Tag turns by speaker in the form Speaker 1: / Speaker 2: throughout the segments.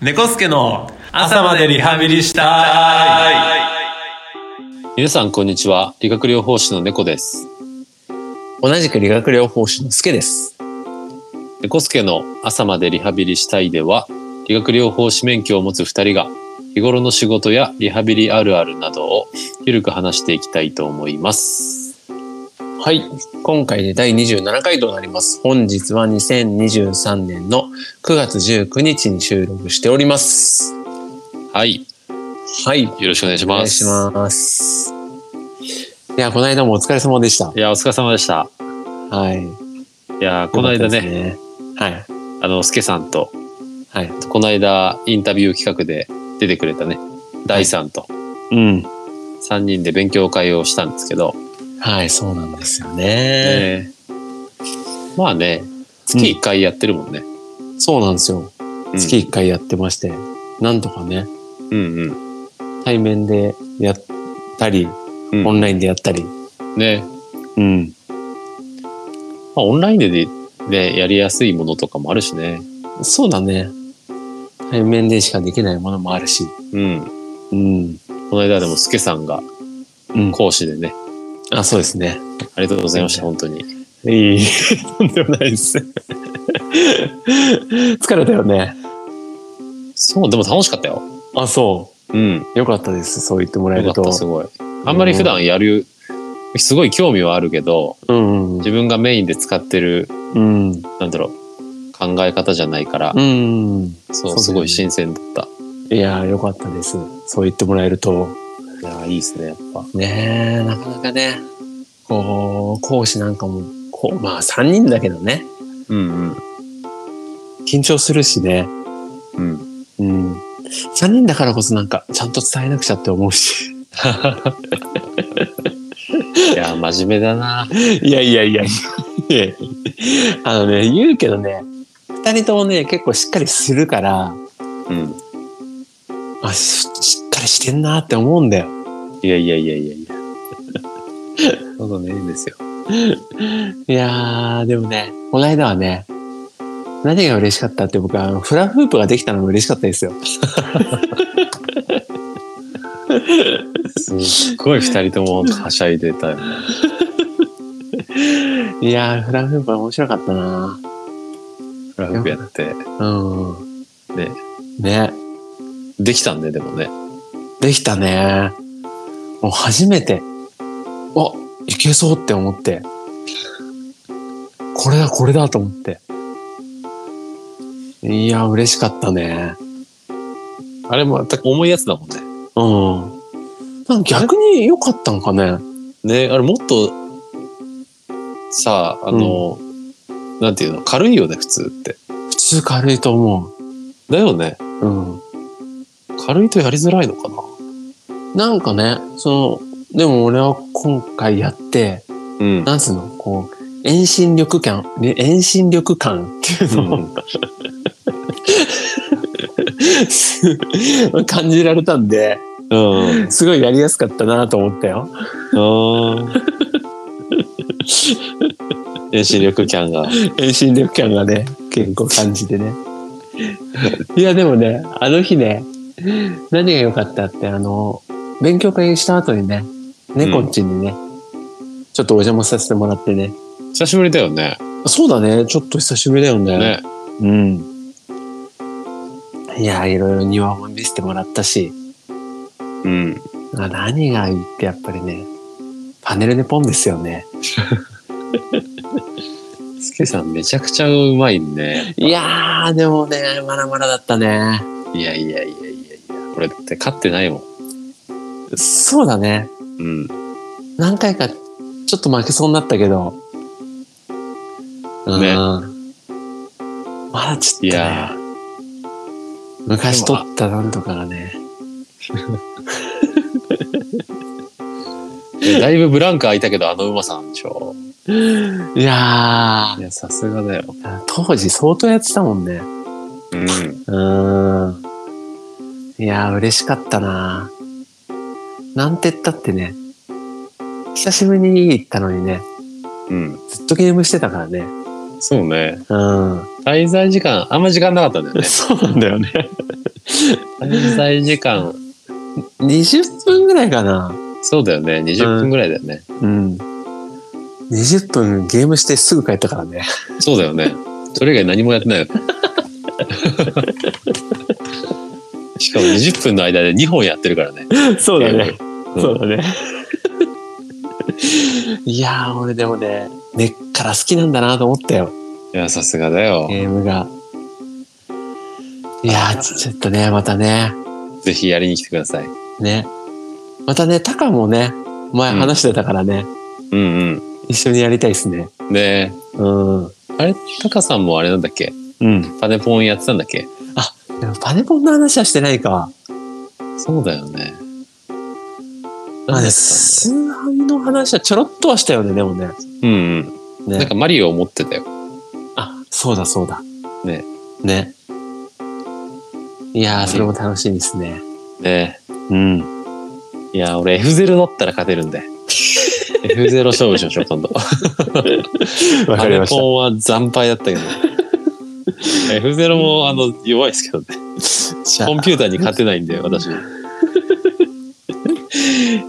Speaker 1: 猫助の朝までリハビリした
Speaker 2: 皆さん、こんにちは。理学療法士の猫です。
Speaker 3: 同じく理学療法士のスケです。
Speaker 2: 猫助の朝までリハビリしたいでは、理学療法士免許を持つ二人が、日頃の仕事やリハビリあるあるなどを、ゆるく話していきたいと思います。
Speaker 3: はい。今回で第27回となります。本日は2023年の9月19日に収録しております。
Speaker 2: はい。
Speaker 3: はい。
Speaker 2: よろしくお願いし
Speaker 3: お願
Speaker 2: ま
Speaker 3: い
Speaker 2: す。
Speaker 3: します。いや、この間もお疲れ様でした。
Speaker 2: いや、お疲れ様でした。
Speaker 3: はい。
Speaker 2: いや、この間ね、
Speaker 3: よかったですね。
Speaker 2: あの、スケさんと、
Speaker 3: はい。はい。
Speaker 2: この間、インタビュー企画で出てくれたね、大さんと、
Speaker 3: うん。
Speaker 2: 三人で勉強会をしたんですけど、
Speaker 3: はい、そうなんですよね。
Speaker 2: ねまあね、月一回やってるもんね。
Speaker 3: そうなんですよ。
Speaker 2: うん
Speaker 3: 月1回やってまして、なんとかね、
Speaker 2: うんうん。
Speaker 3: 対面でやったり、
Speaker 2: うん
Speaker 3: オンラインでやったり、
Speaker 2: ね、
Speaker 3: うん。
Speaker 2: まあ、オンラインでで、ね、やりやすいものとかもあるしね。
Speaker 3: そうだね。対面でしかできないものもあるし。
Speaker 2: うん。
Speaker 3: うん。
Speaker 2: この間でも、スケさんが
Speaker 3: うん。
Speaker 2: 講師でね、
Speaker 3: あ、そうですね。
Speaker 2: ありがとうございました、本当に。
Speaker 3: い い。とんでもないです。 疲れたよね。
Speaker 2: そう、でも楽しかったよ。
Speaker 3: あ、そ
Speaker 2: うん。
Speaker 3: う。よかったです。そう言ってもらえ
Speaker 2: よ
Speaker 3: る
Speaker 2: かっ
Speaker 3: と。
Speaker 2: た、すごい。あんまり普段やる、すごい興味はあるけど、
Speaker 3: うんうん
Speaker 2: 自分がメインで使ってる、
Speaker 3: うん。うん。
Speaker 2: なんだろう、考え方じゃないから、
Speaker 3: うん。
Speaker 2: そ
Speaker 3: そうだよ
Speaker 2: う、
Speaker 3: ね
Speaker 2: すごい新鮮だった。
Speaker 3: いやー、よかったです。そう言ってもらえると。
Speaker 2: いやーいいですね、やっぱ。
Speaker 3: ねえ、なかなかね、こう、講師なんかも、こう、まあ3人だけどね、
Speaker 2: うんうん。
Speaker 3: 緊張するしね。
Speaker 2: うん。
Speaker 3: うん。3人だからこそなんか、ちゃんと伝えなくちゃって思うし。
Speaker 2: いやー、真面目だな。
Speaker 3: いやいやいやいやいや あのね、言うけどね、二人ともね、結構しっかりするから、
Speaker 2: うん。
Speaker 3: あししっかりしてんなって思うんだよ。
Speaker 2: いやいやいやいやいや。そうだね、いいんですよ。
Speaker 3: いやー、でもね、この間はね、何が嬉しかったって僕は、あのフラフープができたのも嬉しかったですよ。
Speaker 2: すっごい二人ともほんとはしゃいでたよね。
Speaker 3: いやー、フラフープは面白かったな
Speaker 2: フラフープやって。
Speaker 3: うん。
Speaker 2: ね。
Speaker 3: ね。
Speaker 2: できたんで、でもね。
Speaker 3: できたね。もう初めて、あ、いけそうって思って、これだ、これだと思って。いや、嬉しかったね。
Speaker 2: あれも全く重いやつだもんね。
Speaker 3: うん。なんか逆に良かったんかね。
Speaker 2: ね、あれもっと、さあ、あの、なんていうの、軽いよね、普通って。
Speaker 3: 普通軽いと思
Speaker 2: だよね。
Speaker 3: う。うん。
Speaker 2: 軽いとやりづらいのかな。
Speaker 3: なんかね、その、でも俺は今回やって、
Speaker 2: うん。
Speaker 3: なんつうの、こう、遠心力感、ね遠心力感っていうのを、 感じられたんで、
Speaker 2: うん。
Speaker 3: すごいやりやすかったなと思ったよ。
Speaker 2: うん。遠心力キャンが。
Speaker 3: 遠心力感がね、結構感じてね。いや、でもね、あの日ね、何が良かったって、あの、勉強会した後にね、猫っちにね、ちょっとお邪魔させてもらってね。
Speaker 2: 久しぶりだよね。
Speaker 3: そうだね、ちょっと久しぶりだよね。
Speaker 2: ね。
Speaker 3: うん。いや、いろいろ庭も見せてもらったし、
Speaker 2: うん。
Speaker 3: あ何がいいってやっぱりね、パネルでポンですよね。
Speaker 2: スケさんめちゃくちゃうまいね。
Speaker 3: いやー、でもね、まだまだだったね。
Speaker 2: いやいやいやいやいや。これって勝ってないもん。
Speaker 3: そうだね。
Speaker 2: うん。
Speaker 3: 何回かちょっと負けそうになったけど。うん。
Speaker 2: ね
Speaker 3: まだちょっと、
Speaker 2: いや
Speaker 3: ね、昔取ったなんとかがね。
Speaker 2: えだいぶブランク空いたけど、あの馬さんでしょ。
Speaker 3: いや
Speaker 2: いや、さすがだよ。
Speaker 3: ー、当時相当やってたもんね。
Speaker 2: うん。
Speaker 3: うん。いやー、嬉しかったななんて言ったってね、久しぶりに行ったのにね、
Speaker 2: うん。
Speaker 3: ずっとゲームしてたからね。
Speaker 2: そうね。
Speaker 3: うん。
Speaker 2: 滞在時間、あんま時間なかったんだよね。
Speaker 3: そうなんだよね。
Speaker 2: 滞在時間、
Speaker 3: 20分ぐらいかな。
Speaker 2: そうだよね。20分ぐらいだよね。
Speaker 3: うん。20分ゲームしてすぐ帰ったからね。
Speaker 2: そうだよね。それ以外何もやってないよ。しかも20分の間で2本やってるからね。
Speaker 3: そうだね。
Speaker 2: うん
Speaker 3: そうだね。 いやー、俺でもね、根っから好きなんだなと思ったよ、
Speaker 2: いや、さすがだよ。
Speaker 3: ゲームが。いやー、ちょっとね、またね、
Speaker 2: ぜひやりに来てください。
Speaker 3: ね。またね、タカもね、前
Speaker 2: うん
Speaker 3: 話してたからね、
Speaker 2: うん
Speaker 3: 一緒にやりたいですね。
Speaker 2: うん。で、
Speaker 3: うん。う
Speaker 2: あれ、タカさんもあれなんだっけ
Speaker 3: ん。
Speaker 2: パネポンやってたんだっけ
Speaker 3: でもパネポンの話はしてないか。
Speaker 2: そうだよね。
Speaker 3: まあね、
Speaker 2: す
Speaker 3: 数版の話はちょろっとはしたよね、でもね。
Speaker 2: うんうん。
Speaker 3: ね
Speaker 2: なんかマリオを持ってたよ。
Speaker 3: あ、そうだそうだ。
Speaker 2: ね。
Speaker 3: ね。いやー、それも楽しいですね。
Speaker 2: ね
Speaker 3: うん。
Speaker 2: いや、俺 F0 だったら勝てるん で。F0 勝負しましょう、今度。
Speaker 3: わかり
Speaker 2: アメ
Speaker 3: ました。
Speaker 2: ポンは惨敗だったけ ど。F0 もあの弱いですけどね。
Speaker 3: じゃ
Speaker 2: コン
Speaker 3: あ、
Speaker 2: ピューターに勝てないんで、私。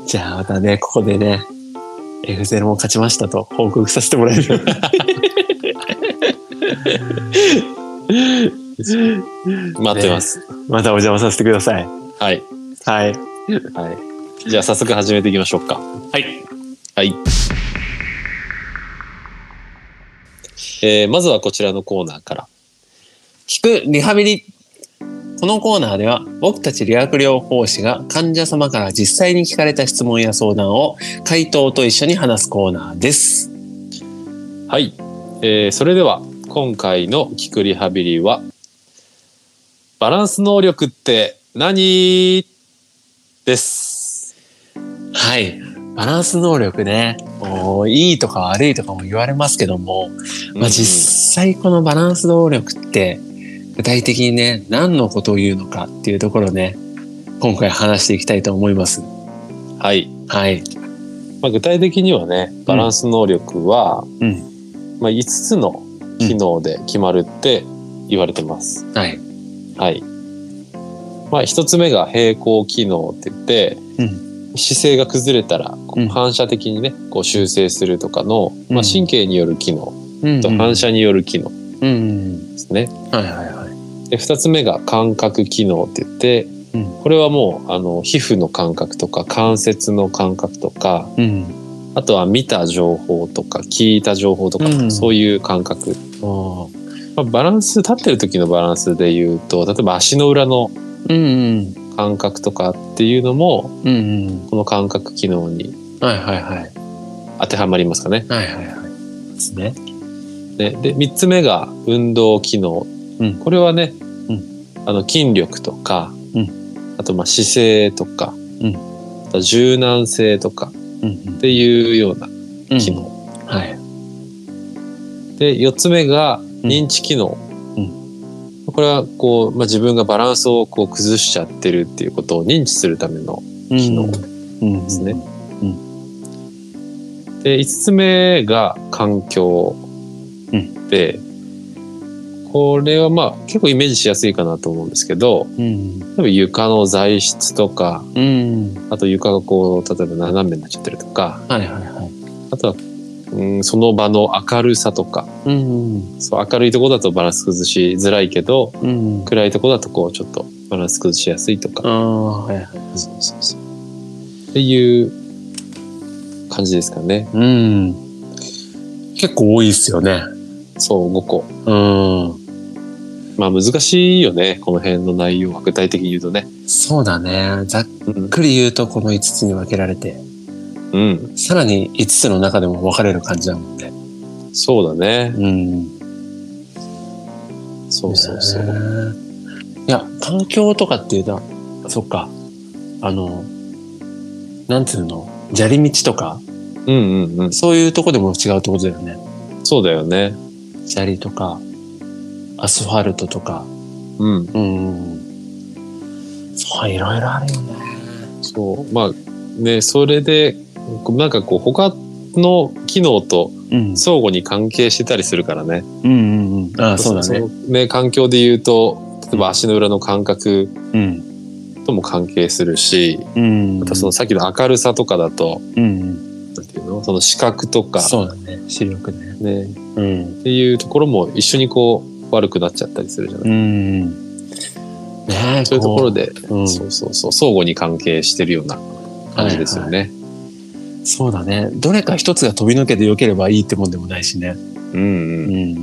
Speaker 3: じゃあまたね、ここでね、F0 も勝ちましたと報告させてもらえるよ うに。
Speaker 2: 待ってます。
Speaker 3: またお邪魔させてください。
Speaker 2: はい。
Speaker 3: はい。
Speaker 2: はい。じゃあ早速始めていきましょうか。はい。はい。えーまずはこちらのコーナーから。
Speaker 3: 聞くリハビリこのコーナーでは僕たち理学療法士が患者様から実際に聞かれた質問や相談を回答と一緒に話すコーナーです。
Speaker 2: はい。えーそれでは、今回の聞くリハビリは、バランス能力って何です。
Speaker 3: はい。バランス能力ね。おーいいとか悪いとかも言われますけども、まあ、実際このバランス能力って具体的にね、何のことを言うのかっていうところね、今回話していきたいと思います。
Speaker 2: うんはい。
Speaker 3: はい。
Speaker 2: まあ、具体的にはね、バランス能力は、
Speaker 3: うん。
Speaker 2: まあ、5つの機能で決まるって言われてます。
Speaker 3: はい。
Speaker 2: はい。まあ、一つ目が平行機能って言って、
Speaker 3: うん
Speaker 2: 姿勢が崩れたら、こ
Speaker 3: う
Speaker 2: うん反射的にね、こう修正するとかの、
Speaker 3: う
Speaker 2: まあ、
Speaker 3: ん
Speaker 2: 神経による機能
Speaker 3: うん
Speaker 2: と反。射による機能
Speaker 3: うん。
Speaker 2: ですね。
Speaker 3: はいはいはい。
Speaker 2: で、二つ目が感覚機能って言って、
Speaker 3: うん
Speaker 2: これはもう、あの、皮膚の感覚とか、関節の感覚とか、
Speaker 3: うん。
Speaker 2: あとは見た情報とか、聞いた情報とか、
Speaker 3: うん
Speaker 2: そういう感覚。
Speaker 3: おー
Speaker 2: まあ、バランス、立ってる時のバランスで言うと、例えば足の裏の
Speaker 3: うん
Speaker 2: 感覚とかっていうのも、
Speaker 3: うん。うんうん。
Speaker 2: この感覚機能に
Speaker 3: はいはいはい。
Speaker 2: 当てはまりますかね。
Speaker 3: はいはいはい。ですね。
Speaker 2: ねで、3つ目が運動機能。
Speaker 3: うん
Speaker 2: これはね、
Speaker 3: う
Speaker 2: あの筋力とか、
Speaker 3: う
Speaker 2: あとまあ姿勢とか、
Speaker 3: うん
Speaker 2: あと柔軟性とか
Speaker 3: うん
Speaker 2: っていうような
Speaker 3: うん。
Speaker 2: 機能。
Speaker 3: はい。
Speaker 2: で、4つ目が認知機能。
Speaker 3: う
Speaker 2: これはこう、まあ、自分がバランスをこう崩しちゃってるっていうことを認知するための機能
Speaker 3: うん。
Speaker 2: ですね。で5つ目が環境
Speaker 3: うん
Speaker 2: で、これはまあ結構イメージしやすいかなと思うんですけど
Speaker 3: うん。
Speaker 2: 例えば床の材質とか
Speaker 3: うん。
Speaker 2: あと床がこう例えば斜めになっちゃってるとか
Speaker 3: はいはいはい。
Speaker 2: あとは、うん、その場の明るさとか
Speaker 3: うん。
Speaker 2: そう明るいとこだとバランス崩しづらいけど
Speaker 3: うん。
Speaker 2: 暗いとこだとこうちょっとバランス崩しやすいと
Speaker 3: あ
Speaker 2: か、
Speaker 3: あ、はいはい。
Speaker 2: そうそうそうっていう感じですかね
Speaker 3: うん。結構多いですよね。
Speaker 2: そう5個。
Speaker 3: うん。
Speaker 2: まあ難しいよね、この辺の内容は具体的に言うとね。
Speaker 3: そうだね。ざっ
Speaker 2: うん。
Speaker 3: くり言うとこの5つに分けられて、
Speaker 2: うん、
Speaker 3: さらに5つの中でも分かれる感じだもんね。
Speaker 2: そうだね。
Speaker 3: うん。
Speaker 2: そうそうそ
Speaker 3: へ
Speaker 2: う。
Speaker 3: ー。いや、環境とかっていうのは、そっか。あの、なんつうの砂利道とか、
Speaker 2: うんうんうん。
Speaker 3: そういうとこでも違うってことだよね。
Speaker 2: そうだよね。
Speaker 3: 砂利とか、アスファルトとか。
Speaker 2: うん。
Speaker 3: うん。そう、いろいろあるよね。
Speaker 2: そう。まあね、それで、こうなんかこう他の機能と
Speaker 3: うん
Speaker 2: 相互に関係してたりするからね。
Speaker 3: うんうんうん。ああ、そうだね。
Speaker 2: のね、環境で言うと、例えば足の裏の感覚
Speaker 3: うん。
Speaker 2: とも関係するし、
Speaker 3: うん。
Speaker 2: またそのさっきの明るさとかだと、
Speaker 3: うん。
Speaker 2: なんていうのその視覚とか、
Speaker 3: そうだね。視力ね。
Speaker 2: ね、
Speaker 3: うん。
Speaker 2: っていうところも一緒にこう悪くなっちゃったりするじゃない、
Speaker 3: うん。ねえ、
Speaker 2: そういうところ
Speaker 3: で。
Speaker 2: で、
Speaker 3: うん。
Speaker 2: そうそうそう相互に関係してるような感じですよね。
Speaker 3: そうだね。どれか一つが飛び抜けて良ければいいってもんでもないしね。
Speaker 2: うんうん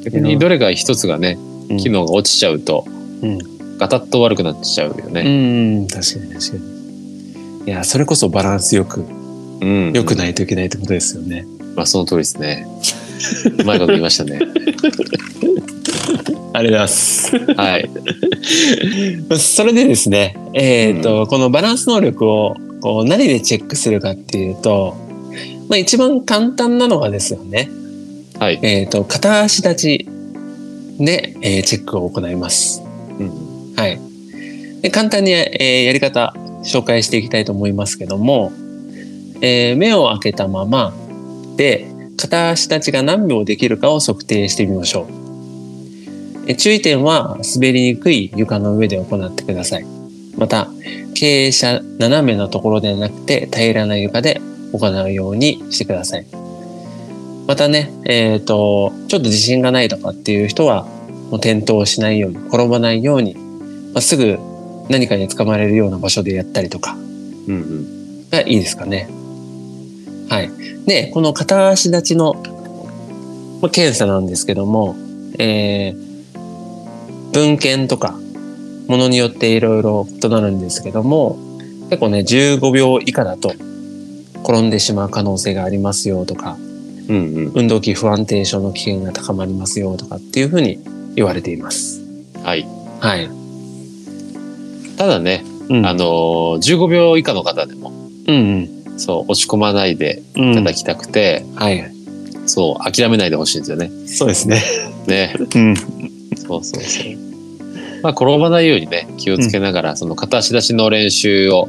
Speaker 3: ん。
Speaker 2: 逆にどれか一つがね機能が落ちちゃうと、
Speaker 3: うん
Speaker 2: ガタッと悪くなっちゃうよ
Speaker 3: う
Speaker 2: ね。
Speaker 3: ん、確かに確かに。いや、それこそバランスよく、
Speaker 2: うん
Speaker 3: 良く
Speaker 2: い、
Speaker 3: ないといけないってことですよね。
Speaker 2: まあ、その通りですね。うまいこと言いました ね。
Speaker 3: ありがとうございます。
Speaker 2: はい。
Speaker 3: それでですね、えっ、と、このバランス能力をこう何でチェックするかっていうと、まあ一番簡単なのはですよね、
Speaker 2: はい。
Speaker 3: えっ、と、片足立ちで、えーチェックを行います。
Speaker 2: うん
Speaker 3: はい。で簡単に、えーやり方紹介していきたいと思いますけども、えー目を開けたままで片足立ちが何秒できるかを測定してみましょう。えー注意点は滑りにくい床の上で行ってください。また、傾斜斜めのところではなくて平らな床で行うようにしてください。またね、えっ、と、ちょっと自信がないとかっていう人は、もう転倒しないように、転ばないようにまあ、すぐ何かに捕まれるような場所でやったりとか
Speaker 2: うん
Speaker 3: がいいですかね。はい。で、この片足立ちの、まあ、検査なんですけども、えー文献とか、ものによっていろいろ異なるんですけども、結構ね、15秒以下だと転んでしまう可能性がありますよとか、
Speaker 2: うんうんうん
Speaker 3: 運動器不安定症の危険が高まりますよとかっていうふうに言われています。
Speaker 2: はい。
Speaker 3: はい。
Speaker 2: ただね、
Speaker 3: うん
Speaker 2: あのー15秒以下の方でも
Speaker 3: うん
Speaker 2: そう落ち込まないで
Speaker 3: うん。
Speaker 2: いただきたくて、
Speaker 3: はい。
Speaker 2: そう諦めないでほしいんですよね。
Speaker 3: そうですね。
Speaker 2: ね。
Speaker 3: うん。
Speaker 2: そうそうそう。まあ、転ばないようにね、気をつけながら、その片足出しの練習を、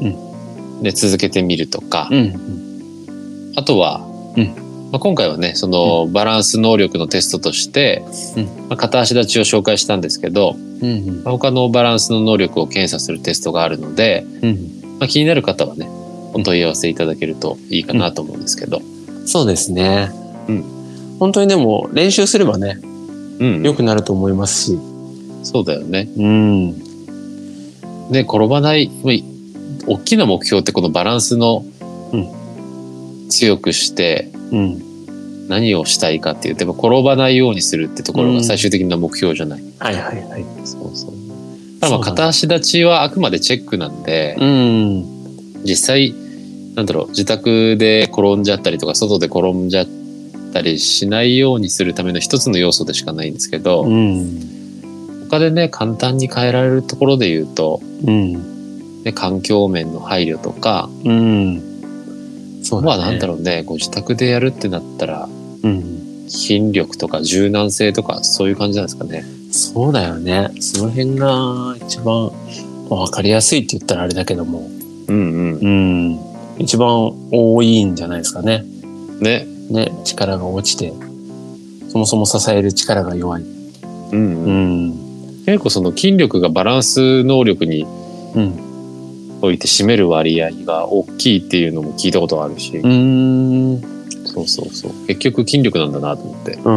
Speaker 3: う
Speaker 2: ね、続けてみるとか、
Speaker 3: うん。
Speaker 2: あとは、
Speaker 3: うん
Speaker 2: まあ、今回はね、そのバランス能力のテストとして、
Speaker 3: うん
Speaker 2: まあ、片足立ちを紹介したんですけど、
Speaker 3: うん。
Speaker 2: まあ他のバランスの能力を検査するテストがあるので、
Speaker 3: うん。
Speaker 2: まあ、気になる方はね、お問い合わせいただけるといいかなと思うんですけど。
Speaker 3: そうですね。
Speaker 2: うん。
Speaker 3: 本当にでも練習すればね、
Speaker 2: うん、
Speaker 3: 良くなると思いますし。
Speaker 2: そうだよね。
Speaker 3: うん。
Speaker 2: ね、転ばない、まあい大きな目標ってこのバランスの
Speaker 3: うん
Speaker 2: 強くして、
Speaker 3: うん。
Speaker 2: 何をしたいかっていうでも転ばないようにするってところ
Speaker 3: う
Speaker 2: が
Speaker 3: ん
Speaker 2: 最終的な目標じゃない、
Speaker 3: はいはいはい。
Speaker 2: そうそうただ
Speaker 3: そうな
Speaker 2: まあ
Speaker 3: んだ
Speaker 2: 片足立ちはあくまでチェックなんで、
Speaker 3: うん。
Speaker 2: 実際なんだろう自宅で転んじゃったりとか外で転んじゃったりしないようにするための一つの要素でしかないんですけど、
Speaker 3: うん。
Speaker 2: 他でね簡単に変えられるところで言うと、
Speaker 3: うん。
Speaker 2: ね、環境面の配慮とか、
Speaker 3: うん。そう
Speaker 2: まあなんだ
Speaker 3: ろ
Speaker 2: ろうねご自宅でやるってなったら
Speaker 3: う。うん。
Speaker 2: 筋力とか柔軟性とかそういう感じなんですかね。
Speaker 3: そうだよね。その辺が一番わかりやすいって言ったらあれだけども。
Speaker 2: うん
Speaker 3: うん。一番多いんじゃないですかね。
Speaker 2: うん。ね。
Speaker 3: ね。力が落ちて、そもそも支える力が弱い。
Speaker 2: うんうん
Speaker 3: ん。
Speaker 2: 結構その筋力がバランス能力に
Speaker 3: うん。
Speaker 2: おいて占める割合が大きいっていうのも聞いたことがあるし、
Speaker 3: うーん。
Speaker 2: そうそうそう結局筋力なんだなと思って
Speaker 3: う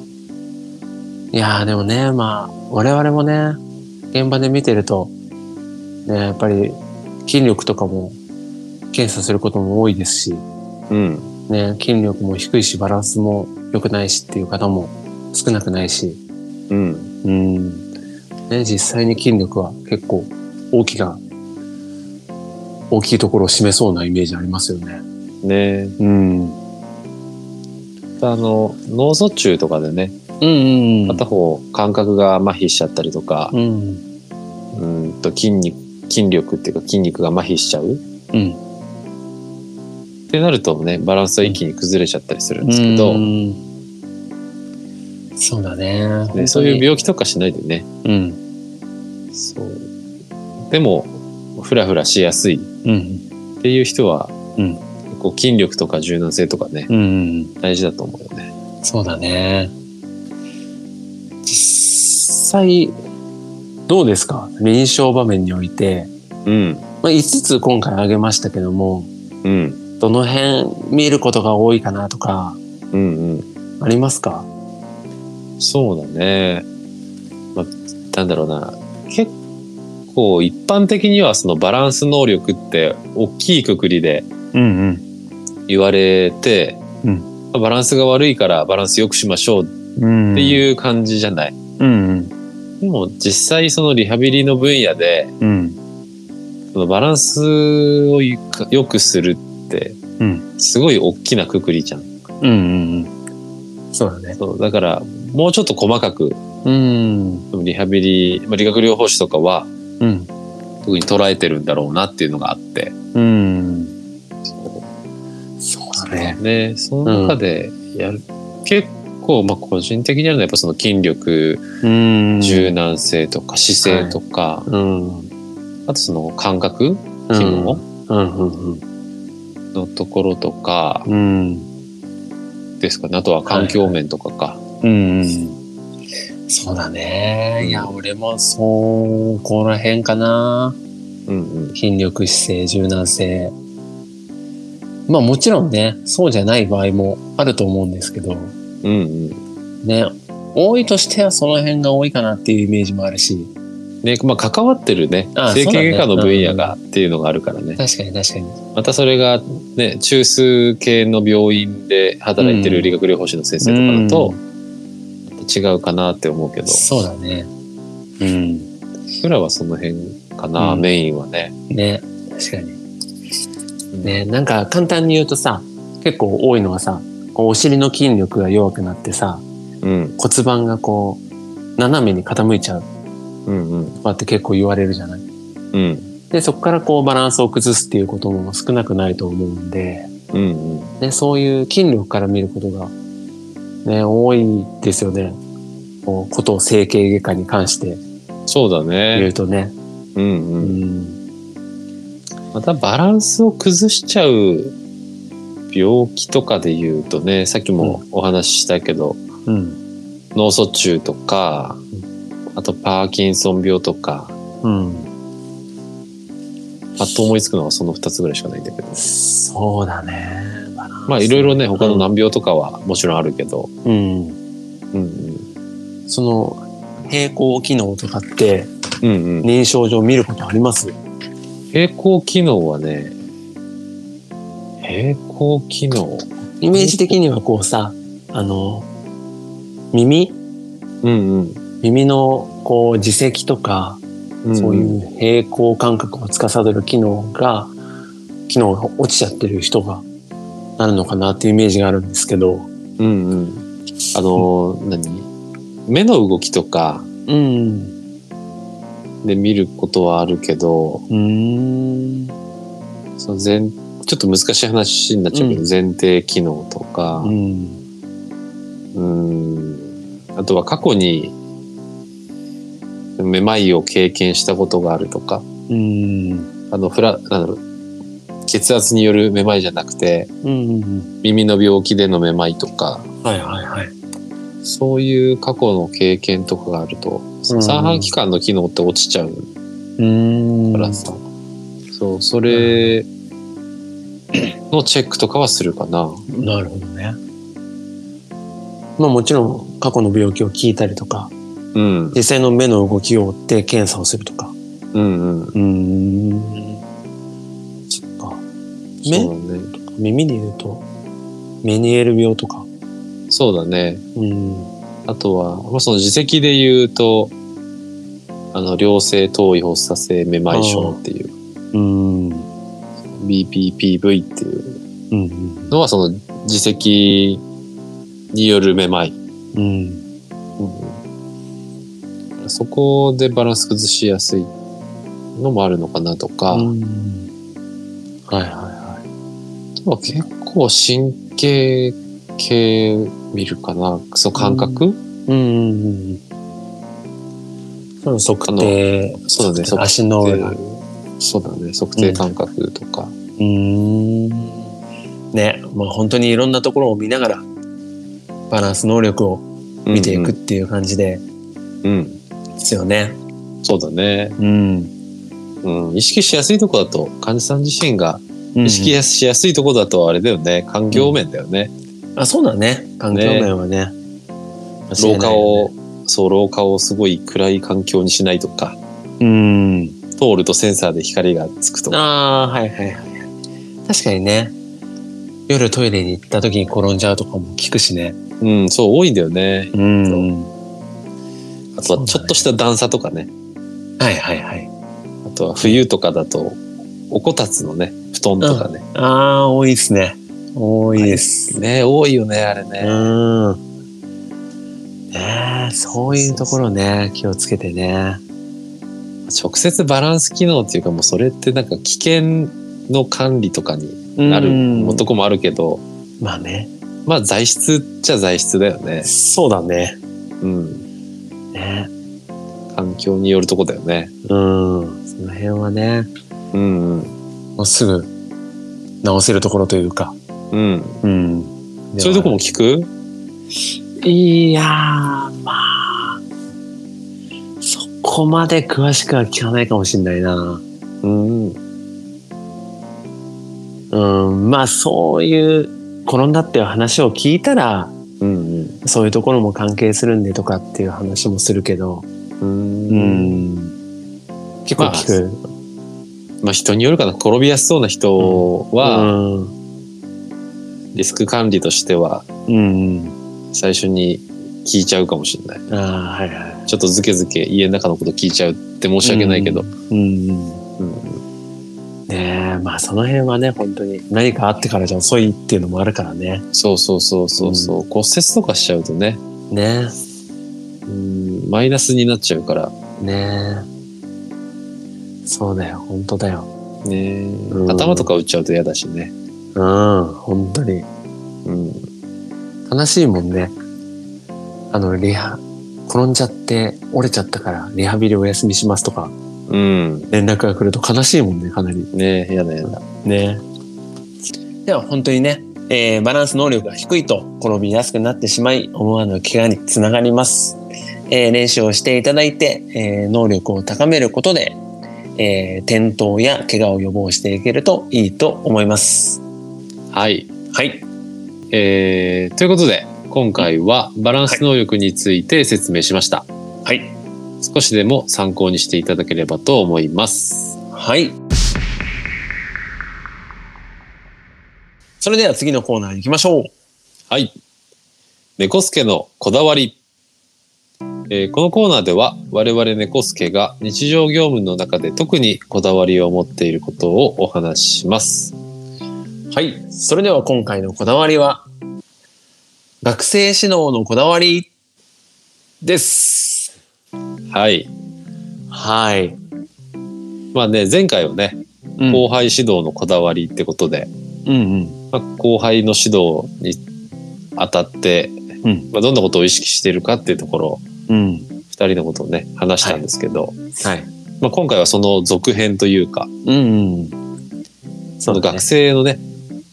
Speaker 3: ん。いやーでもね、まあ、我々もね、現場で見てると、ね、やっぱり筋力とかも検査することも多いですし、
Speaker 2: うん
Speaker 3: ね、筋力も低いし、バランスも良くないしっていう方も少なくないし、
Speaker 2: うん
Speaker 3: うん。ね、実際に筋力は結構大きな、大きいところを占めそうなイメージありますよね。
Speaker 2: ね
Speaker 3: うん。うん
Speaker 2: あの脳卒中とかでね
Speaker 3: うんうん
Speaker 2: 片。方感覚が麻痺しちゃったりとか、
Speaker 3: うん。
Speaker 2: うん、と筋肉筋力っていうか筋肉が麻痺しちゃうっ
Speaker 3: うん。
Speaker 2: てなるとねバランスは一気に崩れちゃったりするんですけど、
Speaker 3: うんそうだね
Speaker 2: ね、そういう病気とかしないでね
Speaker 3: うん
Speaker 2: そうでもフラフラしやすい
Speaker 3: うん
Speaker 2: っていう人は、
Speaker 3: うん
Speaker 2: 結構筋力とか柔軟性とかね、
Speaker 3: うん
Speaker 2: 大事だと思うよね。
Speaker 3: そうだね実際、どうですか臨床場面において、
Speaker 2: うん。
Speaker 3: まあ、5つ今回挙げましたけども、
Speaker 2: うん。
Speaker 3: どの辺見ることが多いかなとか、
Speaker 2: うん。う
Speaker 3: ありますか
Speaker 2: ん。そうだね。まあ、なんだろうな。結構一般的にはそのバランス能力って大きいくくりで
Speaker 3: うんうん。
Speaker 2: 言われて、
Speaker 3: う
Speaker 2: まあバランスが悪いからバランス良くしましょうっ
Speaker 3: うん、
Speaker 2: て
Speaker 3: う。
Speaker 2: いう感じじゃない。
Speaker 3: うんうん。
Speaker 2: でも実際そのリハビリの分野で
Speaker 3: うん。
Speaker 2: そのバランスをゆか良くするって
Speaker 3: うん
Speaker 2: すごい大きなくくりじゃん。
Speaker 3: うんうんうん。そうだね。
Speaker 2: そうだからもうちょっと細かく
Speaker 3: うん。
Speaker 2: リハビリ、まあ、理学療法士とかは
Speaker 3: うん。
Speaker 2: 特に捉えてるんだろうなっていうのがあって。
Speaker 3: うん。そうだね。
Speaker 2: ね、その中でやる、結構まあ個人的にはやっぱその筋力、
Speaker 3: うん。
Speaker 2: 柔軟性とか姿勢とか、
Speaker 3: うん。うん。
Speaker 2: あとその感覚機能
Speaker 3: うんうん
Speaker 2: のところとか
Speaker 3: うん。
Speaker 2: ですかね。あとは環境面とかか。
Speaker 3: うんうん。そうだね。いや、俺もそう、この辺かな。
Speaker 2: うんうん。
Speaker 3: 筋力、姿勢、柔軟性。まあもちろんね、そうじゃない場合もあると思うんですけど、
Speaker 2: うんうん。
Speaker 3: ね、多いとしてはその辺が多いかなっていうイメージもあるし、
Speaker 2: ね、まあ関わってるね、
Speaker 3: ああ
Speaker 2: 整形外科
Speaker 3: そ
Speaker 2: の
Speaker 3: うだね
Speaker 2: 分野がっていうのがあるからね。
Speaker 3: 確かに確かに。
Speaker 2: またそれがね、中枢系の病院で働いてる理学療法士の先生とかだと、違うかなって思うけど、
Speaker 3: そうだね。うん。
Speaker 2: 僕らはその辺かな、
Speaker 3: うん
Speaker 2: メインはね。
Speaker 3: ね、確かに。ね、なんか簡単に言うとさ、結構多いのはさ、こうお尻の筋力が弱くなってさ、
Speaker 2: うん。
Speaker 3: 骨盤がこう、斜めに傾いちゃう
Speaker 2: うんうん。
Speaker 3: とかって結構言われるじゃない。
Speaker 2: うん。
Speaker 3: で、そこからこうバランスを崩すっていうことも少なくないと思うんで、
Speaker 2: うん
Speaker 3: ね、そういう筋力から見ることが、ね、多いですよね。こうことを整形外科に関して
Speaker 2: うん。そうだ
Speaker 3: 言
Speaker 2: ね
Speaker 3: う。とね。
Speaker 2: うん
Speaker 3: う
Speaker 2: うん。
Speaker 3: ん。
Speaker 2: またバランスを崩しちゃう病気とかで言うとね、さっきもお話ししたけど、
Speaker 3: うん。
Speaker 2: 脳卒中とか、あとパーキンソン病とか、
Speaker 3: うん。
Speaker 2: パッと思いつくのはその2つぐらいしかないんだけど。
Speaker 3: そうだね。バランス
Speaker 2: まあいろいろね、他の難病とかはもちろんあるけど。
Speaker 3: うん。
Speaker 2: うん
Speaker 3: その、平行機能とかって、
Speaker 2: うん。うんうん。
Speaker 3: 臨床上見ることあります
Speaker 2: 平行機能はね、平行機能。
Speaker 3: イメージ的にはこうさ、あの、耳
Speaker 2: うんうん。
Speaker 3: 耳のこう耳石とか、
Speaker 2: ん
Speaker 3: そうい。う平行感覚を司る機能が、機能が落ちちゃってる人が、なるのかなっていうイメージがあるんですけど。
Speaker 2: うんうん。あのー、何目の動きとか
Speaker 3: うん。
Speaker 2: で見ることはあるけど、
Speaker 3: うん。
Speaker 2: その前、ちょっと難しい話になっちゃうけど、
Speaker 3: うん
Speaker 2: 前提機能とか、
Speaker 3: うん。
Speaker 2: うーんあとは過去にめまいを経験したことがあるとか、
Speaker 3: うん。
Speaker 2: あの、フラ、なんだろう、血圧によるめまいじゃなくて、
Speaker 3: うん。
Speaker 2: 耳の病気でのめまいとか、
Speaker 3: はいはいはい。
Speaker 2: そういう過去の経験とかがあると、
Speaker 3: うん
Speaker 2: 三半規管の機能って落ちちゃう
Speaker 3: うん
Speaker 2: からさ、そう、それのチェックとかはするかな。
Speaker 3: なるほどね。まあもちろん過去の病気を聞いたりとか、
Speaker 2: うん、
Speaker 3: 実際の目の動きを追って検査をするとか。
Speaker 2: うん、うん。
Speaker 3: うん。そっか。
Speaker 2: そ
Speaker 3: 目
Speaker 2: うだね。
Speaker 3: 耳で言うと、メニエール病とか。
Speaker 2: そうだね。
Speaker 3: うん。
Speaker 2: あとは、まあ、その自責で言うと、あの、良性頭位発作性めまい症っていう、
Speaker 3: うん。
Speaker 2: BPPV っていう
Speaker 3: うん。
Speaker 2: のは、その自責によるめまい。
Speaker 3: うん。
Speaker 2: そこでバランス崩しやすいのもあるのかなとか、
Speaker 3: はいはいはい。
Speaker 2: あとは結構神経系見るかな。その感覚、
Speaker 3: うん。その測定。
Speaker 2: そうだね、測
Speaker 3: 足の裏。
Speaker 2: 定。そうだね、測定感覚とか。
Speaker 3: うん。ね。まあ本当にいろんなところを見ながら、バランス能力を見ていくっていう感じで、
Speaker 2: うん。
Speaker 3: ですよね。
Speaker 2: そうだね。
Speaker 3: うん。
Speaker 2: うん。意識しやすいとこだと、患者さん自身が
Speaker 3: 意
Speaker 2: 意識しやすいとこだとあれだよね。環境面だよね。
Speaker 3: あ、そうだね。環境面はね。
Speaker 2: 廊下を、そう、廊下をすごい暗い環境にしないとか、
Speaker 3: うん。
Speaker 2: 通るとセンサーで光がつくとか。
Speaker 3: ああ、はいはいはいはい。確かにね。夜トイレに行った時に転んじゃうとかも聞くしね。
Speaker 2: うん、そう、多いんだよね。
Speaker 3: うん。は
Speaker 2: あとはちょっとした段差とかね。
Speaker 3: いはいはい。
Speaker 2: あとは冬とかだと、おこたつのね、布団とかね。
Speaker 3: ああ、多いですね。多いです。
Speaker 2: ね、多いよね、あれね。
Speaker 3: うん。ねえ、そういうところね、気をつけてね。
Speaker 2: 直接バランス機能っていうかもうそれってなんか危険の管理とかになる
Speaker 3: うん
Speaker 2: とこもあるけど、
Speaker 3: まあね。
Speaker 2: まあ材質っちゃ材質だよね。
Speaker 3: そうだね。
Speaker 2: うん。
Speaker 3: ね
Speaker 2: 環境によるとこだよね。
Speaker 3: うん。その辺はね、
Speaker 2: うんうん。
Speaker 3: もうすぐ直せるところというか。
Speaker 2: うん。
Speaker 3: うん
Speaker 2: そういうとこも聞く
Speaker 3: いやー、まあ、そこまで詳しくは聞かないかもしんないな。
Speaker 2: うん。
Speaker 3: うん、まあそういう、転んだっていう話を聞いたら、
Speaker 2: うん
Speaker 3: そういうところも関係するんでとかっていう話もするけど、
Speaker 2: うん。
Speaker 3: う
Speaker 2: うん。
Speaker 3: ん。結構聞く。
Speaker 2: まあ人によるかな。転びやすそうな人は、
Speaker 3: うん
Speaker 2: リスク管理としては
Speaker 3: うん。
Speaker 2: 最初に聞いちゃうかもしれない。
Speaker 3: ああ、はいはい。
Speaker 2: ちょっとずけずけ家の中のこと聞いちゃうって申し訳ないけど。
Speaker 3: うん。うん
Speaker 2: うん。
Speaker 3: ねえ、まあその辺はね、本当に何かあってからじゃ遅いっていうのもあるからね。
Speaker 2: そうそうそうそうそう。骨折とかしちゃうとね。
Speaker 3: ね
Speaker 2: うんマイナスになっちゃうから
Speaker 3: え、ねえ。そうだよ、本当だよ。
Speaker 2: ね、
Speaker 3: ん
Speaker 2: 頭とか打っちゃうと嫌だしね、
Speaker 3: うん、本当に。
Speaker 2: うん、
Speaker 3: 悲しいもんね。あの、リハ、転んじゃって折れちゃったから、リハビリお休みしますとか、
Speaker 2: うん、
Speaker 3: 連絡が来ると悲しいもんね、かなり。
Speaker 2: ね嫌だ嫌だ
Speaker 3: ね。では、本当にね、えーバランス能力が低いと転びやすくなってしまい、思わぬ怪我につながります。えー練習をしていただいて、えー能力を高めることで、えー転倒や怪我を予防していけるといいと思います。
Speaker 2: はい
Speaker 3: はい。
Speaker 2: えー、ということで今回はバランス能力について説明しました、
Speaker 3: はい。
Speaker 2: 少しでも参考にしていただければと思います
Speaker 3: はい。それでは次のコーナーに行きましょう。
Speaker 2: はい猫助のこだわりえーこのコーナーでは我々猫助が日常業務の中で特にこだわりを持っていることをお話しします。
Speaker 3: はい。それでは今回のこだわりは、学生指導のこだわりです。
Speaker 2: はい。
Speaker 3: はい。
Speaker 2: まあね、前回はね、
Speaker 3: うん
Speaker 2: 後輩指導のこだわりってことで、
Speaker 3: うん
Speaker 2: まあ、後輩の指導にあたって、
Speaker 3: うん
Speaker 2: まあ、どんなことを意識しているかっていうところ
Speaker 3: うん。うん。
Speaker 2: 2人のことをね話したんですけど、
Speaker 3: はい。
Speaker 2: まあ、今回はその続編というか
Speaker 3: うん、うん。
Speaker 2: その学生のね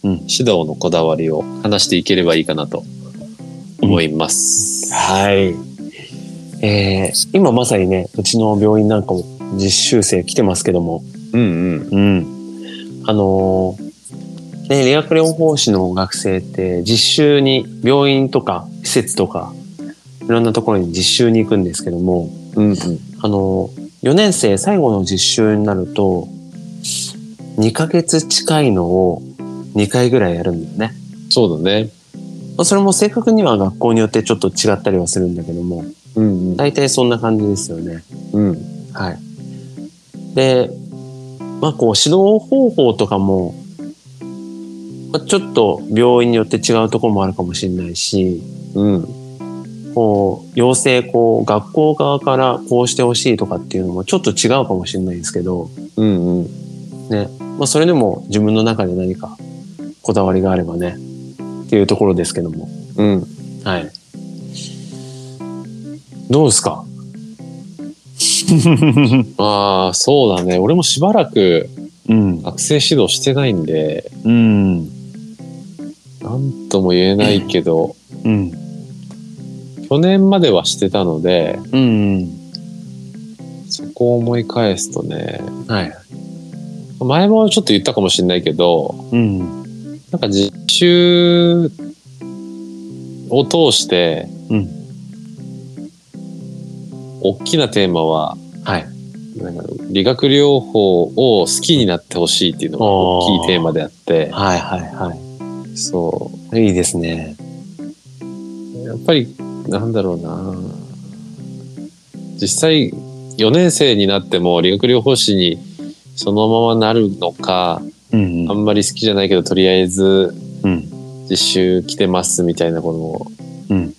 Speaker 3: うん
Speaker 2: 指導のこだわりを話していければいいかなと思います。
Speaker 3: はい。えー、今まさにね、うちの病院なんかも実習生来てますけども、
Speaker 2: うんうん
Speaker 3: うん。あのーね、理学療法士の学生って実習に病院とか施設とかいろんなところに実習に行くんですけども、
Speaker 2: うん
Speaker 3: あのー4年生最後の実習になると2ヶ月近いのを2回ぐらいやるんだよね。
Speaker 2: そうだね。
Speaker 3: まあそれも正確には学校によってちょっと違ったりはするんだけども、
Speaker 2: うん
Speaker 3: 大体そんな感じですよね。
Speaker 2: うん
Speaker 3: はい。で、まあこう指導方法とかも、まあ、ちょっと病院によって違うところもあるかもしれないし、
Speaker 2: うん
Speaker 3: こう、要請、こう、学校側からこうしてほしいとかっていうのもちょっと違うかもしれないんですけど、
Speaker 2: うんうん
Speaker 3: ね、まあそれでも自分の中で何かこだわりがあればね、っていうところですけども。
Speaker 2: うん
Speaker 3: はい。どうですか
Speaker 2: ああそうだね俺もしばらく
Speaker 3: うん。
Speaker 2: 学生指導してないんで
Speaker 3: うん。
Speaker 2: なんとも言えないけど、
Speaker 3: うん。
Speaker 2: 去年まではしてたので、
Speaker 3: うん。
Speaker 2: そこを思い返すとね、
Speaker 3: はい。
Speaker 2: 前もちょっと言ったかもしれないけど、
Speaker 3: うん。
Speaker 2: なんか実習を通して、
Speaker 3: うん
Speaker 2: 大きなテーマは、
Speaker 3: はい。
Speaker 2: なんか理学療法を好きになってほしいっていうのが大きいテーマであって、
Speaker 3: はいはいは
Speaker 2: そ
Speaker 3: い。いいですね。
Speaker 2: う。やっぱり、なんだろうな実際、4年生になっても理学療法士にそのままなるのか、
Speaker 3: うん
Speaker 2: あんまり好きじゃないけど、とりあえず
Speaker 3: うん。
Speaker 2: 実習来てますみたいな、こ
Speaker 3: うん。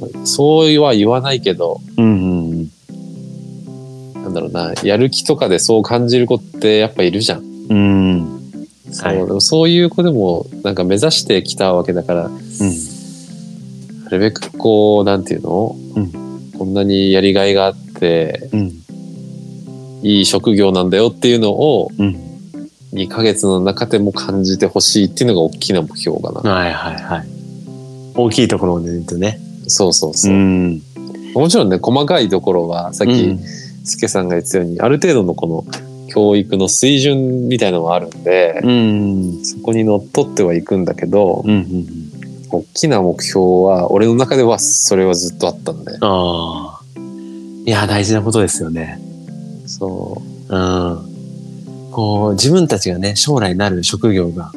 Speaker 2: の、そうは言わないけど、
Speaker 3: うん。うん。
Speaker 2: なんだろうな、やる気とかでそう感じる子ってやっぱいるじゃん。
Speaker 3: うん。うん。
Speaker 2: そう
Speaker 3: はい
Speaker 2: でもそういう子でも、なんか目指してきたわけだから、なるべくこう、なんていうの、
Speaker 3: うん
Speaker 2: こんなにやりがいがあって、
Speaker 3: うん。
Speaker 2: いい職業なんだよっていうのを、
Speaker 3: うん。
Speaker 2: 2ヶ月の中でも感じてほしいっていうのが大きな目標かな。
Speaker 3: はいはいはい。大きいところで言うとね。
Speaker 2: そうそうそう。
Speaker 3: ん。
Speaker 2: もちろんね、細かいところは、さっき、スケさんが言ってたように、ある程度のこの教育の水準みたいのはあるんで、
Speaker 3: うん。
Speaker 2: そこにのっとってはいくんだけど、
Speaker 3: うん。うん。
Speaker 2: 大きな目標は、俺の中ではそれはずっとあったんで。
Speaker 3: ああ。いや、大事なことですよね。
Speaker 2: そ
Speaker 3: うん。こう、自分たちがね、将来なる職業が、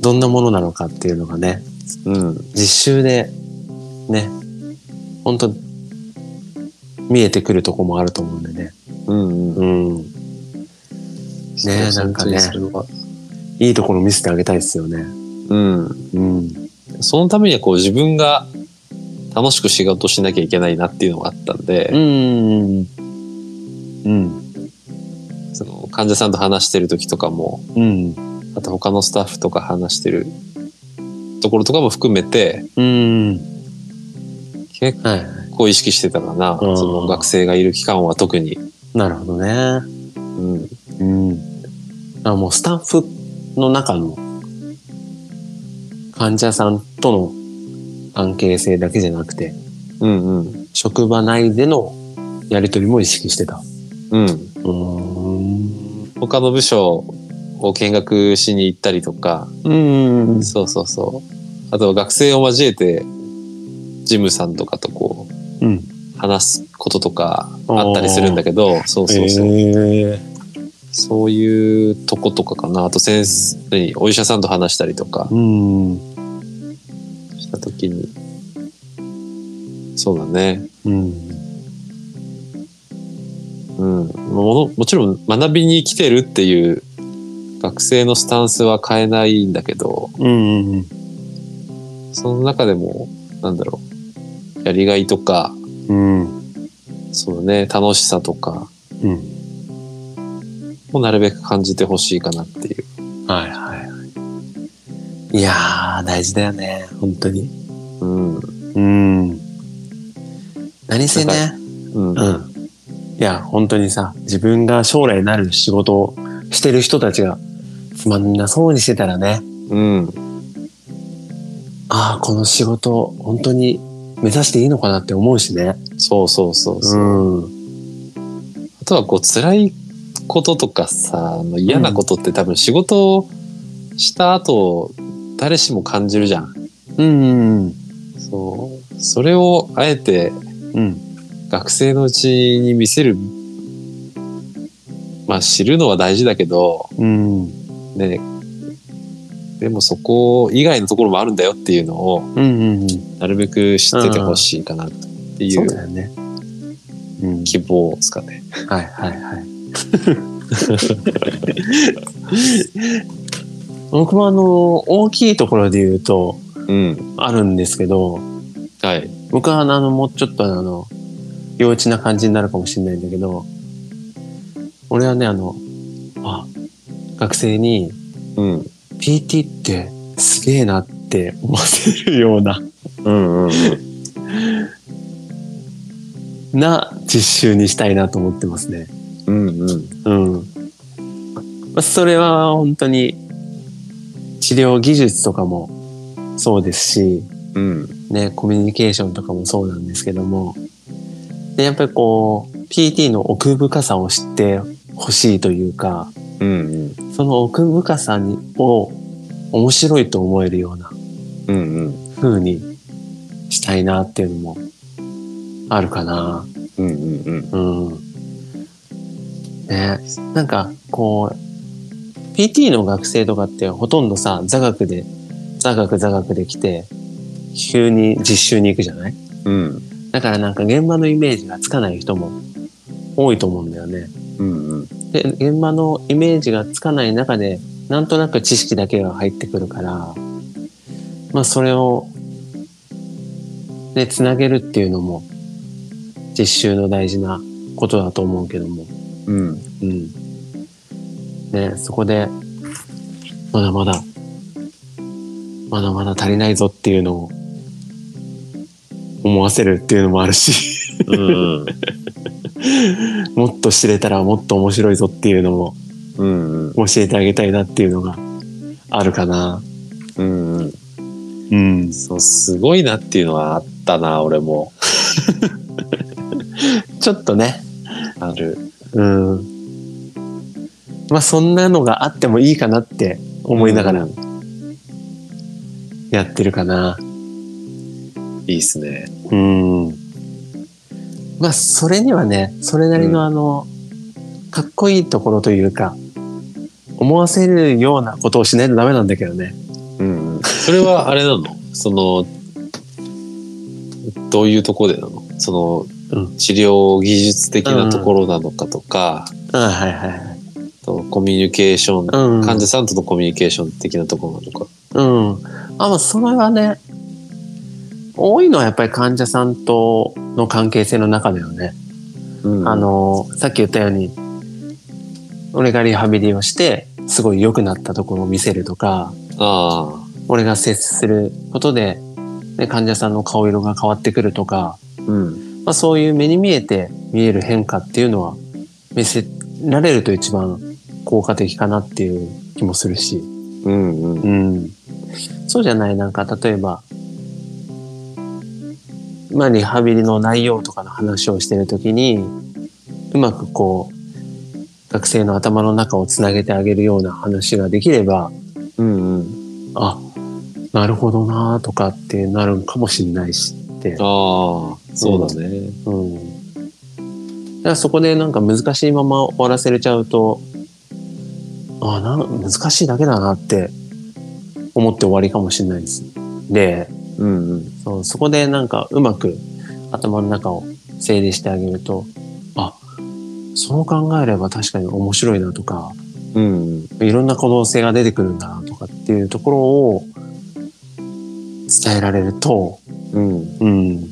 Speaker 3: どんなものなのかっていうのがね、
Speaker 2: う。うん。
Speaker 3: 実習で、ね、本当見えてくるとこもあると思うんでね。
Speaker 2: うんうん。
Speaker 3: うん。
Speaker 2: そう
Speaker 3: なんかね
Speaker 2: 本当にそれはい
Speaker 3: いところ見せてあげたいですよね。
Speaker 2: うん。
Speaker 3: うん。
Speaker 2: そのためにはこう自分が楽しく仕事しなきゃいけないなっていうのがあったん
Speaker 3: う
Speaker 2: で、
Speaker 3: ん。うん。
Speaker 2: その患者さんと話してる時とかも、
Speaker 3: うん。
Speaker 2: あと他のスタッフとか話してるところとかも含めて、
Speaker 3: うん。
Speaker 2: 結
Speaker 3: はい。
Speaker 2: 構意識してたかな。
Speaker 3: うん
Speaker 2: その学生がいる期間は特に。
Speaker 3: なるほどね。
Speaker 2: うん。
Speaker 3: うん。あもうスタッフの中の患者さんとの関係性だけじゃなくて、
Speaker 2: うんうん。
Speaker 3: 職場内でのやりとりも意識してた。
Speaker 2: うん。
Speaker 3: うーん。
Speaker 2: 他の部署を見学しに行ったりとか、
Speaker 3: うん。
Speaker 2: そうそうそう。あとは学生を交えて、ジムさんとかとこう、
Speaker 3: うん。
Speaker 2: 話すこととかあったりするんだけど、そうそうそう。
Speaker 3: へー
Speaker 2: そういうとことかかな。あと先生に、お医者さんと話したりとか
Speaker 3: うん。
Speaker 2: したときに。そうだね。
Speaker 3: うん。
Speaker 2: うん。ものもちろん学びに来てるっていう学生のスタンスは変えないんだけど、
Speaker 3: うん。
Speaker 2: その中でも、なんだろう。やりがいとか、
Speaker 3: うん。
Speaker 2: そうだね、楽しさとか
Speaker 3: うん。
Speaker 2: をなるべく感じてほしいかなっていう。
Speaker 3: はいはいはい。いやー、大事だよね、本当に。
Speaker 2: うん。
Speaker 3: うん。何せ
Speaker 2: な
Speaker 3: ね、
Speaker 2: うん。
Speaker 3: うん。いや、本当にさ、自分が将来なる仕事をしてる人たちがつまんなそうにしてたらね、
Speaker 2: うん。
Speaker 3: ああ、この仕事、本当に目指していいのかなって思うしね。
Speaker 2: そうそうそうそう。
Speaker 3: うん。
Speaker 2: あとはこう辛いこととかさ、あの嫌なことって多分仕事をした後、誰しも感じるじゃん。
Speaker 3: うん。
Speaker 2: そう。それをあえて
Speaker 3: うん。
Speaker 2: 学生のうちに見せる。まあ知るのは大事だけど、
Speaker 3: うん。
Speaker 2: ね。でもそこ以外のところもあるんだよっていうのを、
Speaker 3: うん。
Speaker 2: なるべく知っててほしいかなってい
Speaker 3: そう
Speaker 2: う
Speaker 3: だよね。うん。
Speaker 2: 希望ですかね。
Speaker 3: はいはいはい。僕もあの、大きいところで言うと、
Speaker 2: うん。
Speaker 3: あるんですけど、
Speaker 2: はい。
Speaker 3: 僕はあの、もうちょっとあの、幼稚な感じになるかもしれないんだけど、俺はね、あの、あ、学生に
Speaker 2: うん。
Speaker 3: PT ってすげえなって 思わせるような、
Speaker 2: うんうん
Speaker 3: な実習にしたいなと思ってますね。
Speaker 2: うん。うんうん。
Speaker 3: うん。まあそれは本当に治療技術とかもそうですし、
Speaker 2: うん。
Speaker 3: ね、コミュニケーションとかもそうなんですけども、で、やっぱりこう、PT の奥深さを知ってほしいというか、
Speaker 2: うん
Speaker 3: その奥深さにを面白いと思えるような
Speaker 2: うんうんうん
Speaker 3: 風にしたいなっていうのもあるかな。
Speaker 2: うんうんうん
Speaker 3: うん。ねなんか、こう、PT の学生とかってほとんどさ、座学で、座学座学で来て、急に実習に行くじゃない
Speaker 2: うん
Speaker 3: だからなんか現場のイメージがつかない人も多いと思うんだよね。
Speaker 2: うんうん
Speaker 3: で、現場のイメージがつかない中で、なんとなく知識だけが入ってくるから、まあそれを、ね、つなげるっていうのも、実習の大事なことだと思うけども。
Speaker 2: うん
Speaker 3: うん。ね、そこで、まだまだ、まだまだ足りないぞっていうのを、思わせるっていうのもあるし、
Speaker 2: うん
Speaker 3: もっと知れたらもっと面白いぞっていうのも
Speaker 2: うん
Speaker 3: 教えてあげたいなっていうのがあるかな。
Speaker 2: うんうん
Speaker 3: うん。
Speaker 2: そうすごいなっていうのはあったな俺も
Speaker 3: ちょっとね、
Speaker 2: ある
Speaker 3: うん。まあそんなのがあってもいいかなって思いながらやってるかな。
Speaker 2: いいっすね
Speaker 3: うん。まあ、それにはね、それなりのあの、かっこいいところというか、思わせるようなことをしないとダメなんだけどね。
Speaker 2: うんうんそれはあれなのそのどういうとこでなのその、
Speaker 3: う
Speaker 2: 治療技術的なところなのかとか、
Speaker 3: うん、はいはいはい。
Speaker 2: とコミュニケーション、
Speaker 3: うん。
Speaker 2: 患者さんとのコミュニケーション的なところなのか。
Speaker 3: うん。あ、まあ、それはね、多いのはやっぱり患者さんとの関係性の中だよね。
Speaker 2: うん
Speaker 3: あ、の、さっき言ったように、俺がリハビリをして、すごい良くなったところを見せるとか、
Speaker 2: ああ、
Speaker 3: 俺が接することで、ね、患者さんの顔色が変わってくるとか、
Speaker 2: うん、
Speaker 3: まあ、そういう目に見えて見える変化っていうのは見せられると一番効果的かなっていう気もするし、
Speaker 2: うん、うん、
Speaker 3: うん、そうじゃないなんか例えば、まあ、リハビリの内容とかの話をしてる時にうまくこう学生の頭の中をつなげてあげるような話ができれば
Speaker 2: うん、うん。
Speaker 3: あなるほどなーとかってなるかもしれないしって
Speaker 2: ああ、そうだね。
Speaker 3: うん。だからそこでなんか難しいまま終わらせれちゃうと、ああ、なん難しいだけだなって思って終わりかもしれないです。で、
Speaker 2: うん、うん、
Speaker 3: そうそこでなんかうまく頭の中を整理してあげると、あ、そう考えれば確かに面白いなとか、
Speaker 2: うん、うん、
Speaker 3: いろんな可能性が出てくるんだなとかっていうところを伝えられると、
Speaker 2: うん、
Speaker 3: うん、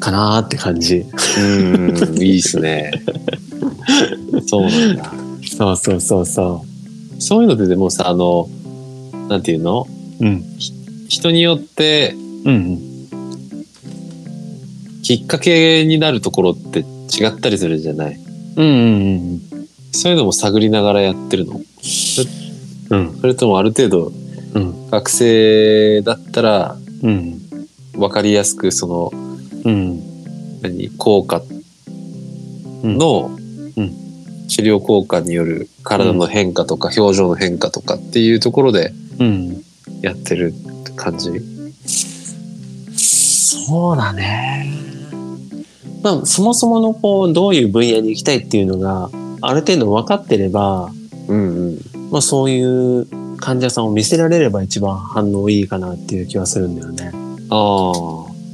Speaker 3: かなーって感じ。
Speaker 2: うん、いいっす ね。そうなんだ。
Speaker 3: そうそうそうそ
Speaker 2: そういうのってでもさ、あの、なんていうの
Speaker 3: う。うん。
Speaker 2: 人によって
Speaker 3: うん
Speaker 2: きっかけになるところって違ったりするじゃない
Speaker 3: うんうん
Speaker 2: そういうのも探りながらやってるの
Speaker 3: うん
Speaker 2: それともある程度
Speaker 3: うん
Speaker 2: 学生だったら
Speaker 3: うん
Speaker 2: 分かりやすくその
Speaker 3: うん
Speaker 2: 何効果
Speaker 3: うん
Speaker 2: の
Speaker 3: うん
Speaker 2: 治療効果による体の変化とか表情の変化とかっていうところで
Speaker 3: うん
Speaker 2: やってる感じ。
Speaker 3: そうだねまあそもそものこうどういう分野に行きたいっていうのがある程度分かってれば、
Speaker 2: うんうん。
Speaker 3: まあ、そういう患者さんを見せられれば一番反応いいかなっていう気はするんだよね、
Speaker 2: あ
Speaker 3: ま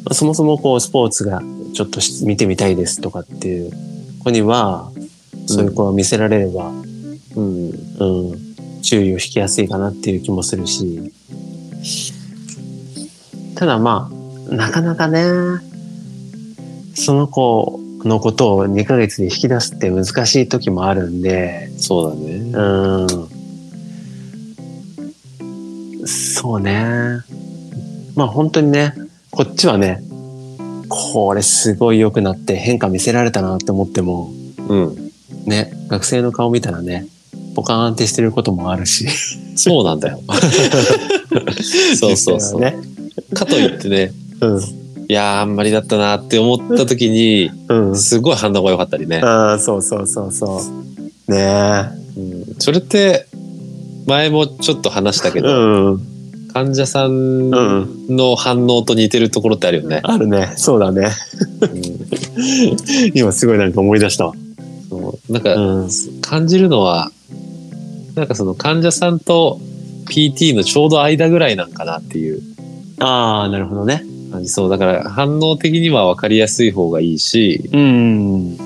Speaker 3: あ、そもそもこうスポーツがちょっとし見てみたいですとかっていう子にはそういう子を見せられれば、
Speaker 2: あ。うん。
Speaker 3: うん、注意を引きやすいかなっていう気もするし。ただまあ、なかなかね、その子のことを2ヶ月で引き出すって難しい時もあるんで、
Speaker 2: そうだね。
Speaker 3: うん。そうね。まあ本当にね、こっちはね、これすごい良くなって変化見せられたなって思っても、
Speaker 2: うん。
Speaker 3: ね、学生の顔見たらね、ポカーンってしてることもあるし。
Speaker 2: そうなんだよ。そうそうそう。
Speaker 3: ね。
Speaker 2: かといってね、
Speaker 3: うん。
Speaker 2: いやーあんまりだったなって思った時に、
Speaker 3: うん。
Speaker 2: すごい反応が良かったりね。
Speaker 3: ああ、そうそうそうそう。ねえ。
Speaker 2: うんそれって、前もちょっと話したけ
Speaker 3: う
Speaker 2: ど、
Speaker 3: ん。
Speaker 2: 患者さん
Speaker 3: うん。
Speaker 2: の反応と似てるところってあるよね。
Speaker 3: あるね。そうだね。
Speaker 2: うん
Speaker 3: 今すごいなんか思い出したわ。
Speaker 2: そうなんか、
Speaker 3: うん。
Speaker 2: 感じるのは、なんかその患者さんと PT のちょうど間ぐらいなんかなっていう
Speaker 3: ああ、なるほどね。
Speaker 2: 感じ。そう、だから反応的には分かりやすい方がいいし、
Speaker 3: うん。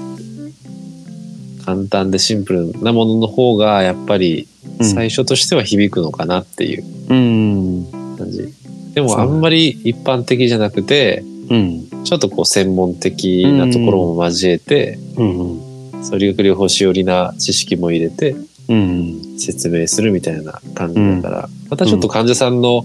Speaker 2: 簡単でシンプルなものの方が、やっぱり最初としては響くのかなっていう
Speaker 3: うん。
Speaker 2: 感じ。でもあんまり一般的じゃなくて、
Speaker 3: うん。
Speaker 2: ちょっとこう専門的なところも交えて、
Speaker 3: うん。
Speaker 2: そう理学療法士寄りな知識も入れて、
Speaker 3: うん。
Speaker 2: 説明するみたいな感じだから、またちょっと患者さんの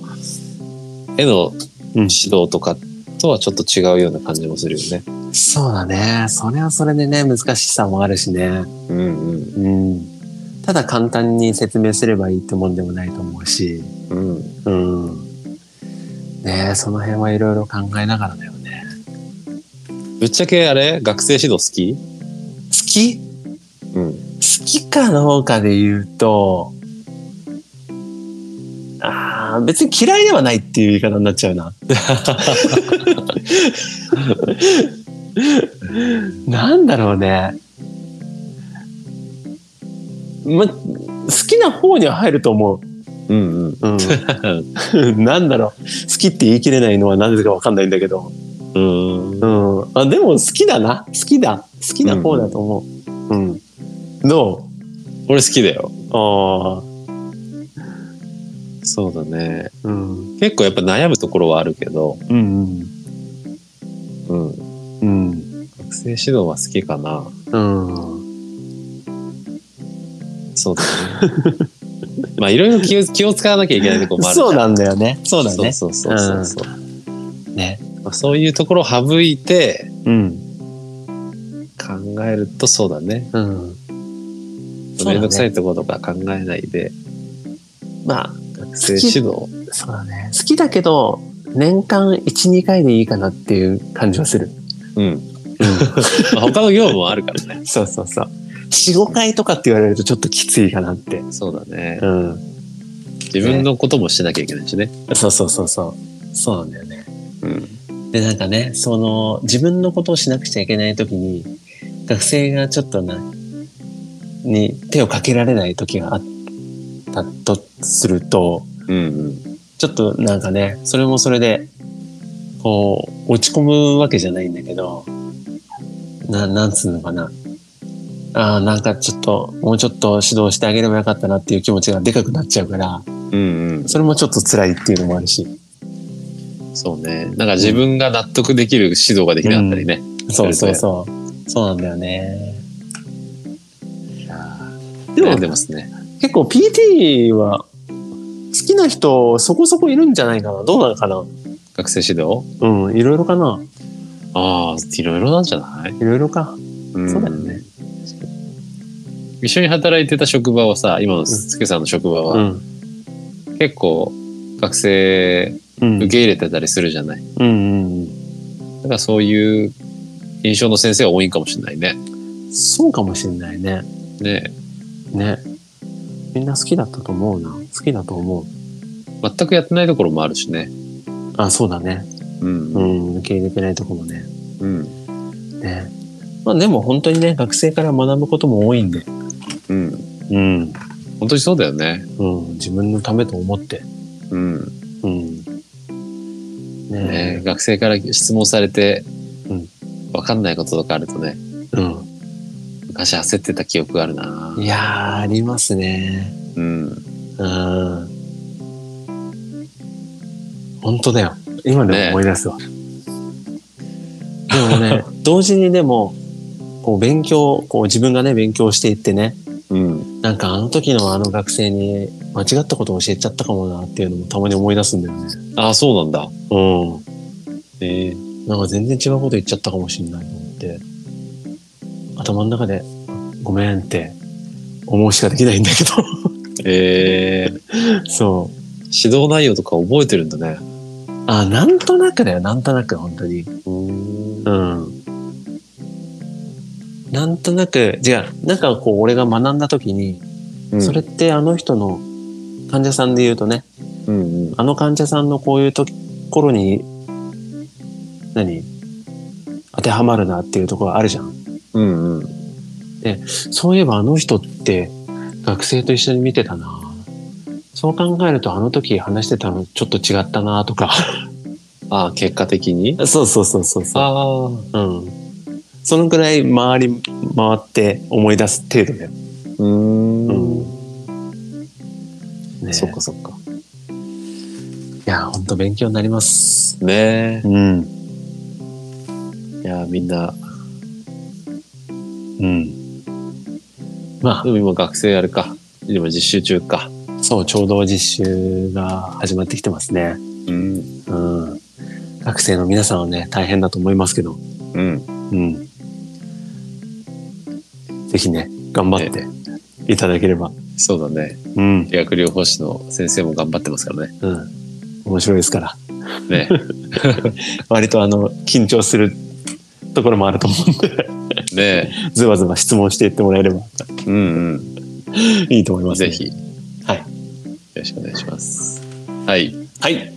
Speaker 2: 絵の
Speaker 3: うん
Speaker 2: 指導とかとはちょっと違うような感じもするよね。
Speaker 3: そうだね。それはそれでね、難しさもあるしね。
Speaker 2: うんうん
Speaker 3: うん。ただ簡単に説明すればいいってもんでもないと思うし。
Speaker 2: うん、
Speaker 3: うん。ねえ、その辺はいろいろ考えながらだよね。
Speaker 2: ぶっちゃけあれ学生指導
Speaker 3: 好き
Speaker 2: 好き、うん、
Speaker 3: 好きかどうかで言うと、ああ、別に嫌いではないっていう言い方になっちゃうな。 なんだろうね。ま、好きな方には入ると思う。
Speaker 2: うんうん
Speaker 3: うん。 なんだろう。好きって言い切れないのはなぜかわかんないんだけど。
Speaker 2: うん
Speaker 3: うん。あ、でも好きだな。好きだ。好きな方だと思う。うん。どう
Speaker 2: 俺好きだよ。
Speaker 3: ああ、
Speaker 2: そうだね。
Speaker 3: うん、
Speaker 2: 結構やっぱ悩むところはあるけど、
Speaker 3: うん、
Speaker 2: うん、
Speaker 3: うん、
Speaker 2: 学生指導は好きかな。
Speaker 3: うん、
Speaker 2: そうだね。 まあいろいろ気を気を使わなきゃいけないところもある じゃ
Speaker 3: そうなんだよね。そうだね。
Speaker 2: そうそうそうそうそう、
Speaker 3: ね。
Speaker 2: まあ、そういうところを省いて、
Speaker 3: うん、
Speaker 2: 考えるとそうだね
Speaker 3: うん。そうだ
Speaker 2: め
Speaker 3: ね
Speaker 2: んどくさいところとか考えないで
Speaker 3: まあ、
Speaker 2: 学生指 導
Speaker 3: そうだね。好きだけど、年間1、2回でいいかなっていう感じはする。
Speaker 2: うん、まあ他の業務もあるからね
Speaker 3: そうそうそう。4、5回とかって言われるとちょっときついかなって。
Speaker 2: そうだね
Speaker 3: うん。
Speaker 2: 自分のこともしなきゃいけないしね
Speaker 3: そうそうそうそう。そうなんだよね。
Speaker 2: うん
Speaker 3: で、なんかね、その、自分のことをしなくちゃいけないときに、学生がちょっとな、に手をかけられないときがあったとすると、
Speaker 2: うん
Speaker 3: ちょっとなんかね、それもそれで、こう、落ち込むわけじゃないんだけど、な、なんつうのかな。ああ、なんかちょっと、もうちょっと指導してあげればよかったなっていう気持ちがでかくなっちゃうから、
Speaker 2: うんうん
Speaker 3: それもちょっと辛いっていうのもあるし。
Speaker 2: そうねなんか自分が納得できる指導ができなかったりね、
Speaker 3: そうそうそう。そうなんだよね。
Speaker 2: で
Speaker 3: で
Speaker 2: も
Speaker 3: も
Speaker 2: 悩んでますね
Speaker 3: 結構 PT は好きな人そこそこいるんじゃないかなどうなのかな
Speaker 2: 学生指導
Speaker 3: うんいろいろかな
Speaker 2: ああいろいろなんじゃない、
Speaker 3: いろいろかそうだよね
Speaker 2: 一緒に働いてた職場はさ今のすけさんの職場
Speaker 3: う
Speaker 2: は
Speaker 3: ん
Speaker 2: 結構学生
Speaker 3: うん
Speaker 2: 受け入れてたりするじゃない
Speaker 3: うんうん
Speaker 2: だからそういう印象の先生は多いんかもしれないね。
Speaker 3: うんそうかもしれないね
Speaker 2: ね
Speaker 3: ねみんな好きだったと思うな好きだと思う
Speaker 2: 全くやってないところもあるしね。
Speaker 3: あそうだね
Speaker 2: うん。う
Speaker 3: う
Speaker 2: ん。
Speaker 3: ん受け入れてないとこもねねまあでも本当にね学生から学ぶことも多いんで
Speaker 2: うん。
Speaker 3: うん
Speaker 2: 本当にそうだよね。
Speaker 3: うん自分のためと思って
Speaker 2: うん。
Speaker 3: うん
Speaker 2: ね
Speaker 3: ね
Speaker 2: 学生から質問されて、
Speaker 3: うん
Speaker 2: わかんないこととかあるとね、
Speaker 3: うん
Speaker 2: 昔焦ってた記憶があるない
Speaker 3: やーありますね
Speaker 2: うん。
Speaker 3: うん。本当だよ。今でも思い出すわ。でもね、同時にでも、こう勉強、こう自分がね、勉強していってね、
Speaker 2: うん。
Speaker 3: なんかあの時のあの学生に間違ったことを教えちゃったかもなっていうのもたまに思い出すんだよね。
Speaker 2: ああ、そうなんだ。
Speaker 3: う
Speaker 2: ええ
Speaker 3: ん。なんか全然違うこと言っちゃったかもしれないと思って、頭の中で、ごめんって思うしかできないんだけど。
Speaker 2: ええ
Speaker 3: そう。
Speaker 2: 指導内容とか覚えてるんだね。
Speaker 3: あ、なんとなくだよ、なんとなく、本当に。
Speaker 2: うん
Speaker 3: うん。なんとなく、違う、なんかこう、俺が学んだ時に、
Speaker 2: うん
Speaker 3: それってあの人の患者さんで言うとね、
Speaker 2: うんうん
Speaker 3: あの患者さんのこういうところに、何当てはまるなっていうところあるじゃん。
Speaker 2: うんうん
Speaker 3: そういえばあの人って 学生と一緒に見てたな。そう考えるとあの時話してたのちょっと違ったなとか。
Speaker 2: ああ結果的に
Speaker 3: そうそうそうそうそ
Speaker 2: ああ
Speaker 3: う。うん。そのくらい回り回って思い出す程度だよ。
Speaker 2: うーん
Speaker 3: ね、
Speaker 2: そっかそっか
Speaker 3: いや、本当勉強になります。
Speaker 2: ね
Speaker 3: うん。
Speaker 2: えいやみんな
Speaker 3: うん。ま
Speaker 2: でも今学生あれか今実習中か
Speaker 3: あ、そう、ちょうど実習が始まってきてますね。
Speaker 2: うん
Speaker 3: うん。学生の皆さんはね、大変だと思いますけど、
Speaker 2: うん
Speaker 3: うん。ぜひね、頑張っていただければ。
Speaker 2: そうだね
Speaker 3: うん。
Speaker 2: 理学療法士の先生も頑張ってますからね
Speaker 3: うん。面白いですから。
Speaker 2: ね
Speaker 3: 割とあの、緊張するところもあると思うんで、
Speaker 2: ね
Speaker 3: ズバズバ質問していってもらえれば
Speaker 2: えうん
Speaker 3: いいと思い
Speaker 2: うん
Speaker 3: ます、
Speaker 2: ぜ
Speaker 3: ね。
Speaker 2: ひよ
Speaker 3: はい。
Speaker 2: ろしくお願いしますはい
Speaker 3: はい。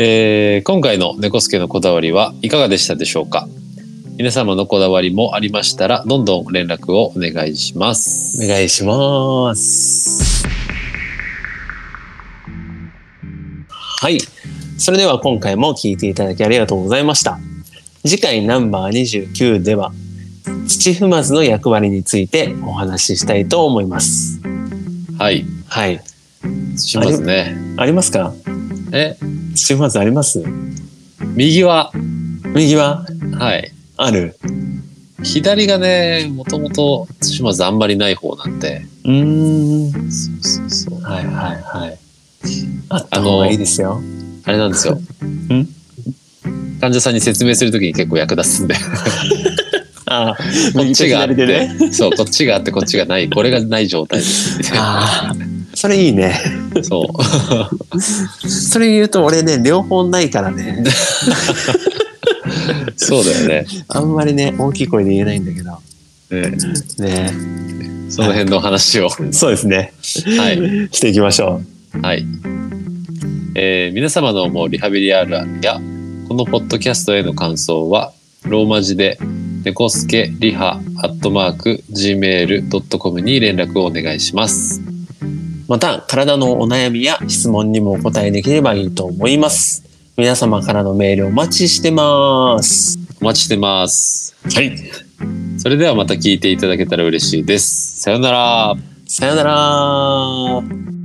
Speaker 2: えー今回の猫助のこだわりはいかがでしたでしょうか皆様のこだわりもありましたらどんどん連絡をお願いします。
Speaker 3: お願いします。はい。それでは今回も聞いていただきありがとうございました。次回ナンバー29では、土踏まずの役割についてお話ししたいと思います。
Speaker 2: はい。
Speaker 3: はい。
Speaker 2: しますね。
Speaker 3: ありますか
Speaker 2: え、
Speaker 3: 土踏まずあります
Speaker 2: 右は、
Speaker 3: 右は
Speaker 2: はい。
Speaker 3: ある
Speaker 2: 左がね、もともと島津あんまりない方なんで。
Speaker 3: うーん。
Speaker 2: そうそうそう。
Speaker 3: はいはいはい。あった方がいいですよ。
Speaker 2: あれなん ですよ。ん患者さんに説明するときに結構役立つんで。
Speaker 3: ああ、
Speaker 2: こっちがあっ
Speaker 3: 右と左でね。
Speaker 2: て、 そう、こっちがあって、こっちがない、これがない状態です。
Speaker 3: ああ、それいいね。
Speaker 2: そう。
Speaker 3: それ言うと俺ね両方ないからね
Speaker 2: そうだよね。
Speaker 3: あんまりね大きい声で言えないんだけど
Speaker 2: ね
Speaker 3: ね
Speaker 2: その辺の話を。
Speaker 3: そうですね
Speaker 2: はい。
Speaker 3: していきましょ
Speaker 2: はい。えー皆様の思うリハビリあるあるや、このポッドキャストへの感想は、ローマ字で、猫助リハアットマーク gmail.com に連絡をお願いします。
Speaker 3: うまた体のお悩みや質問にもお答えできればいいと思います皆様からのメールお待ちしてます
Speaker 2: お待ちしてます。
Speaker 3: はい
Speaker 2: それではまた聞いていただけたら嬉しいです。さようなら。
Speaker 3: さよなら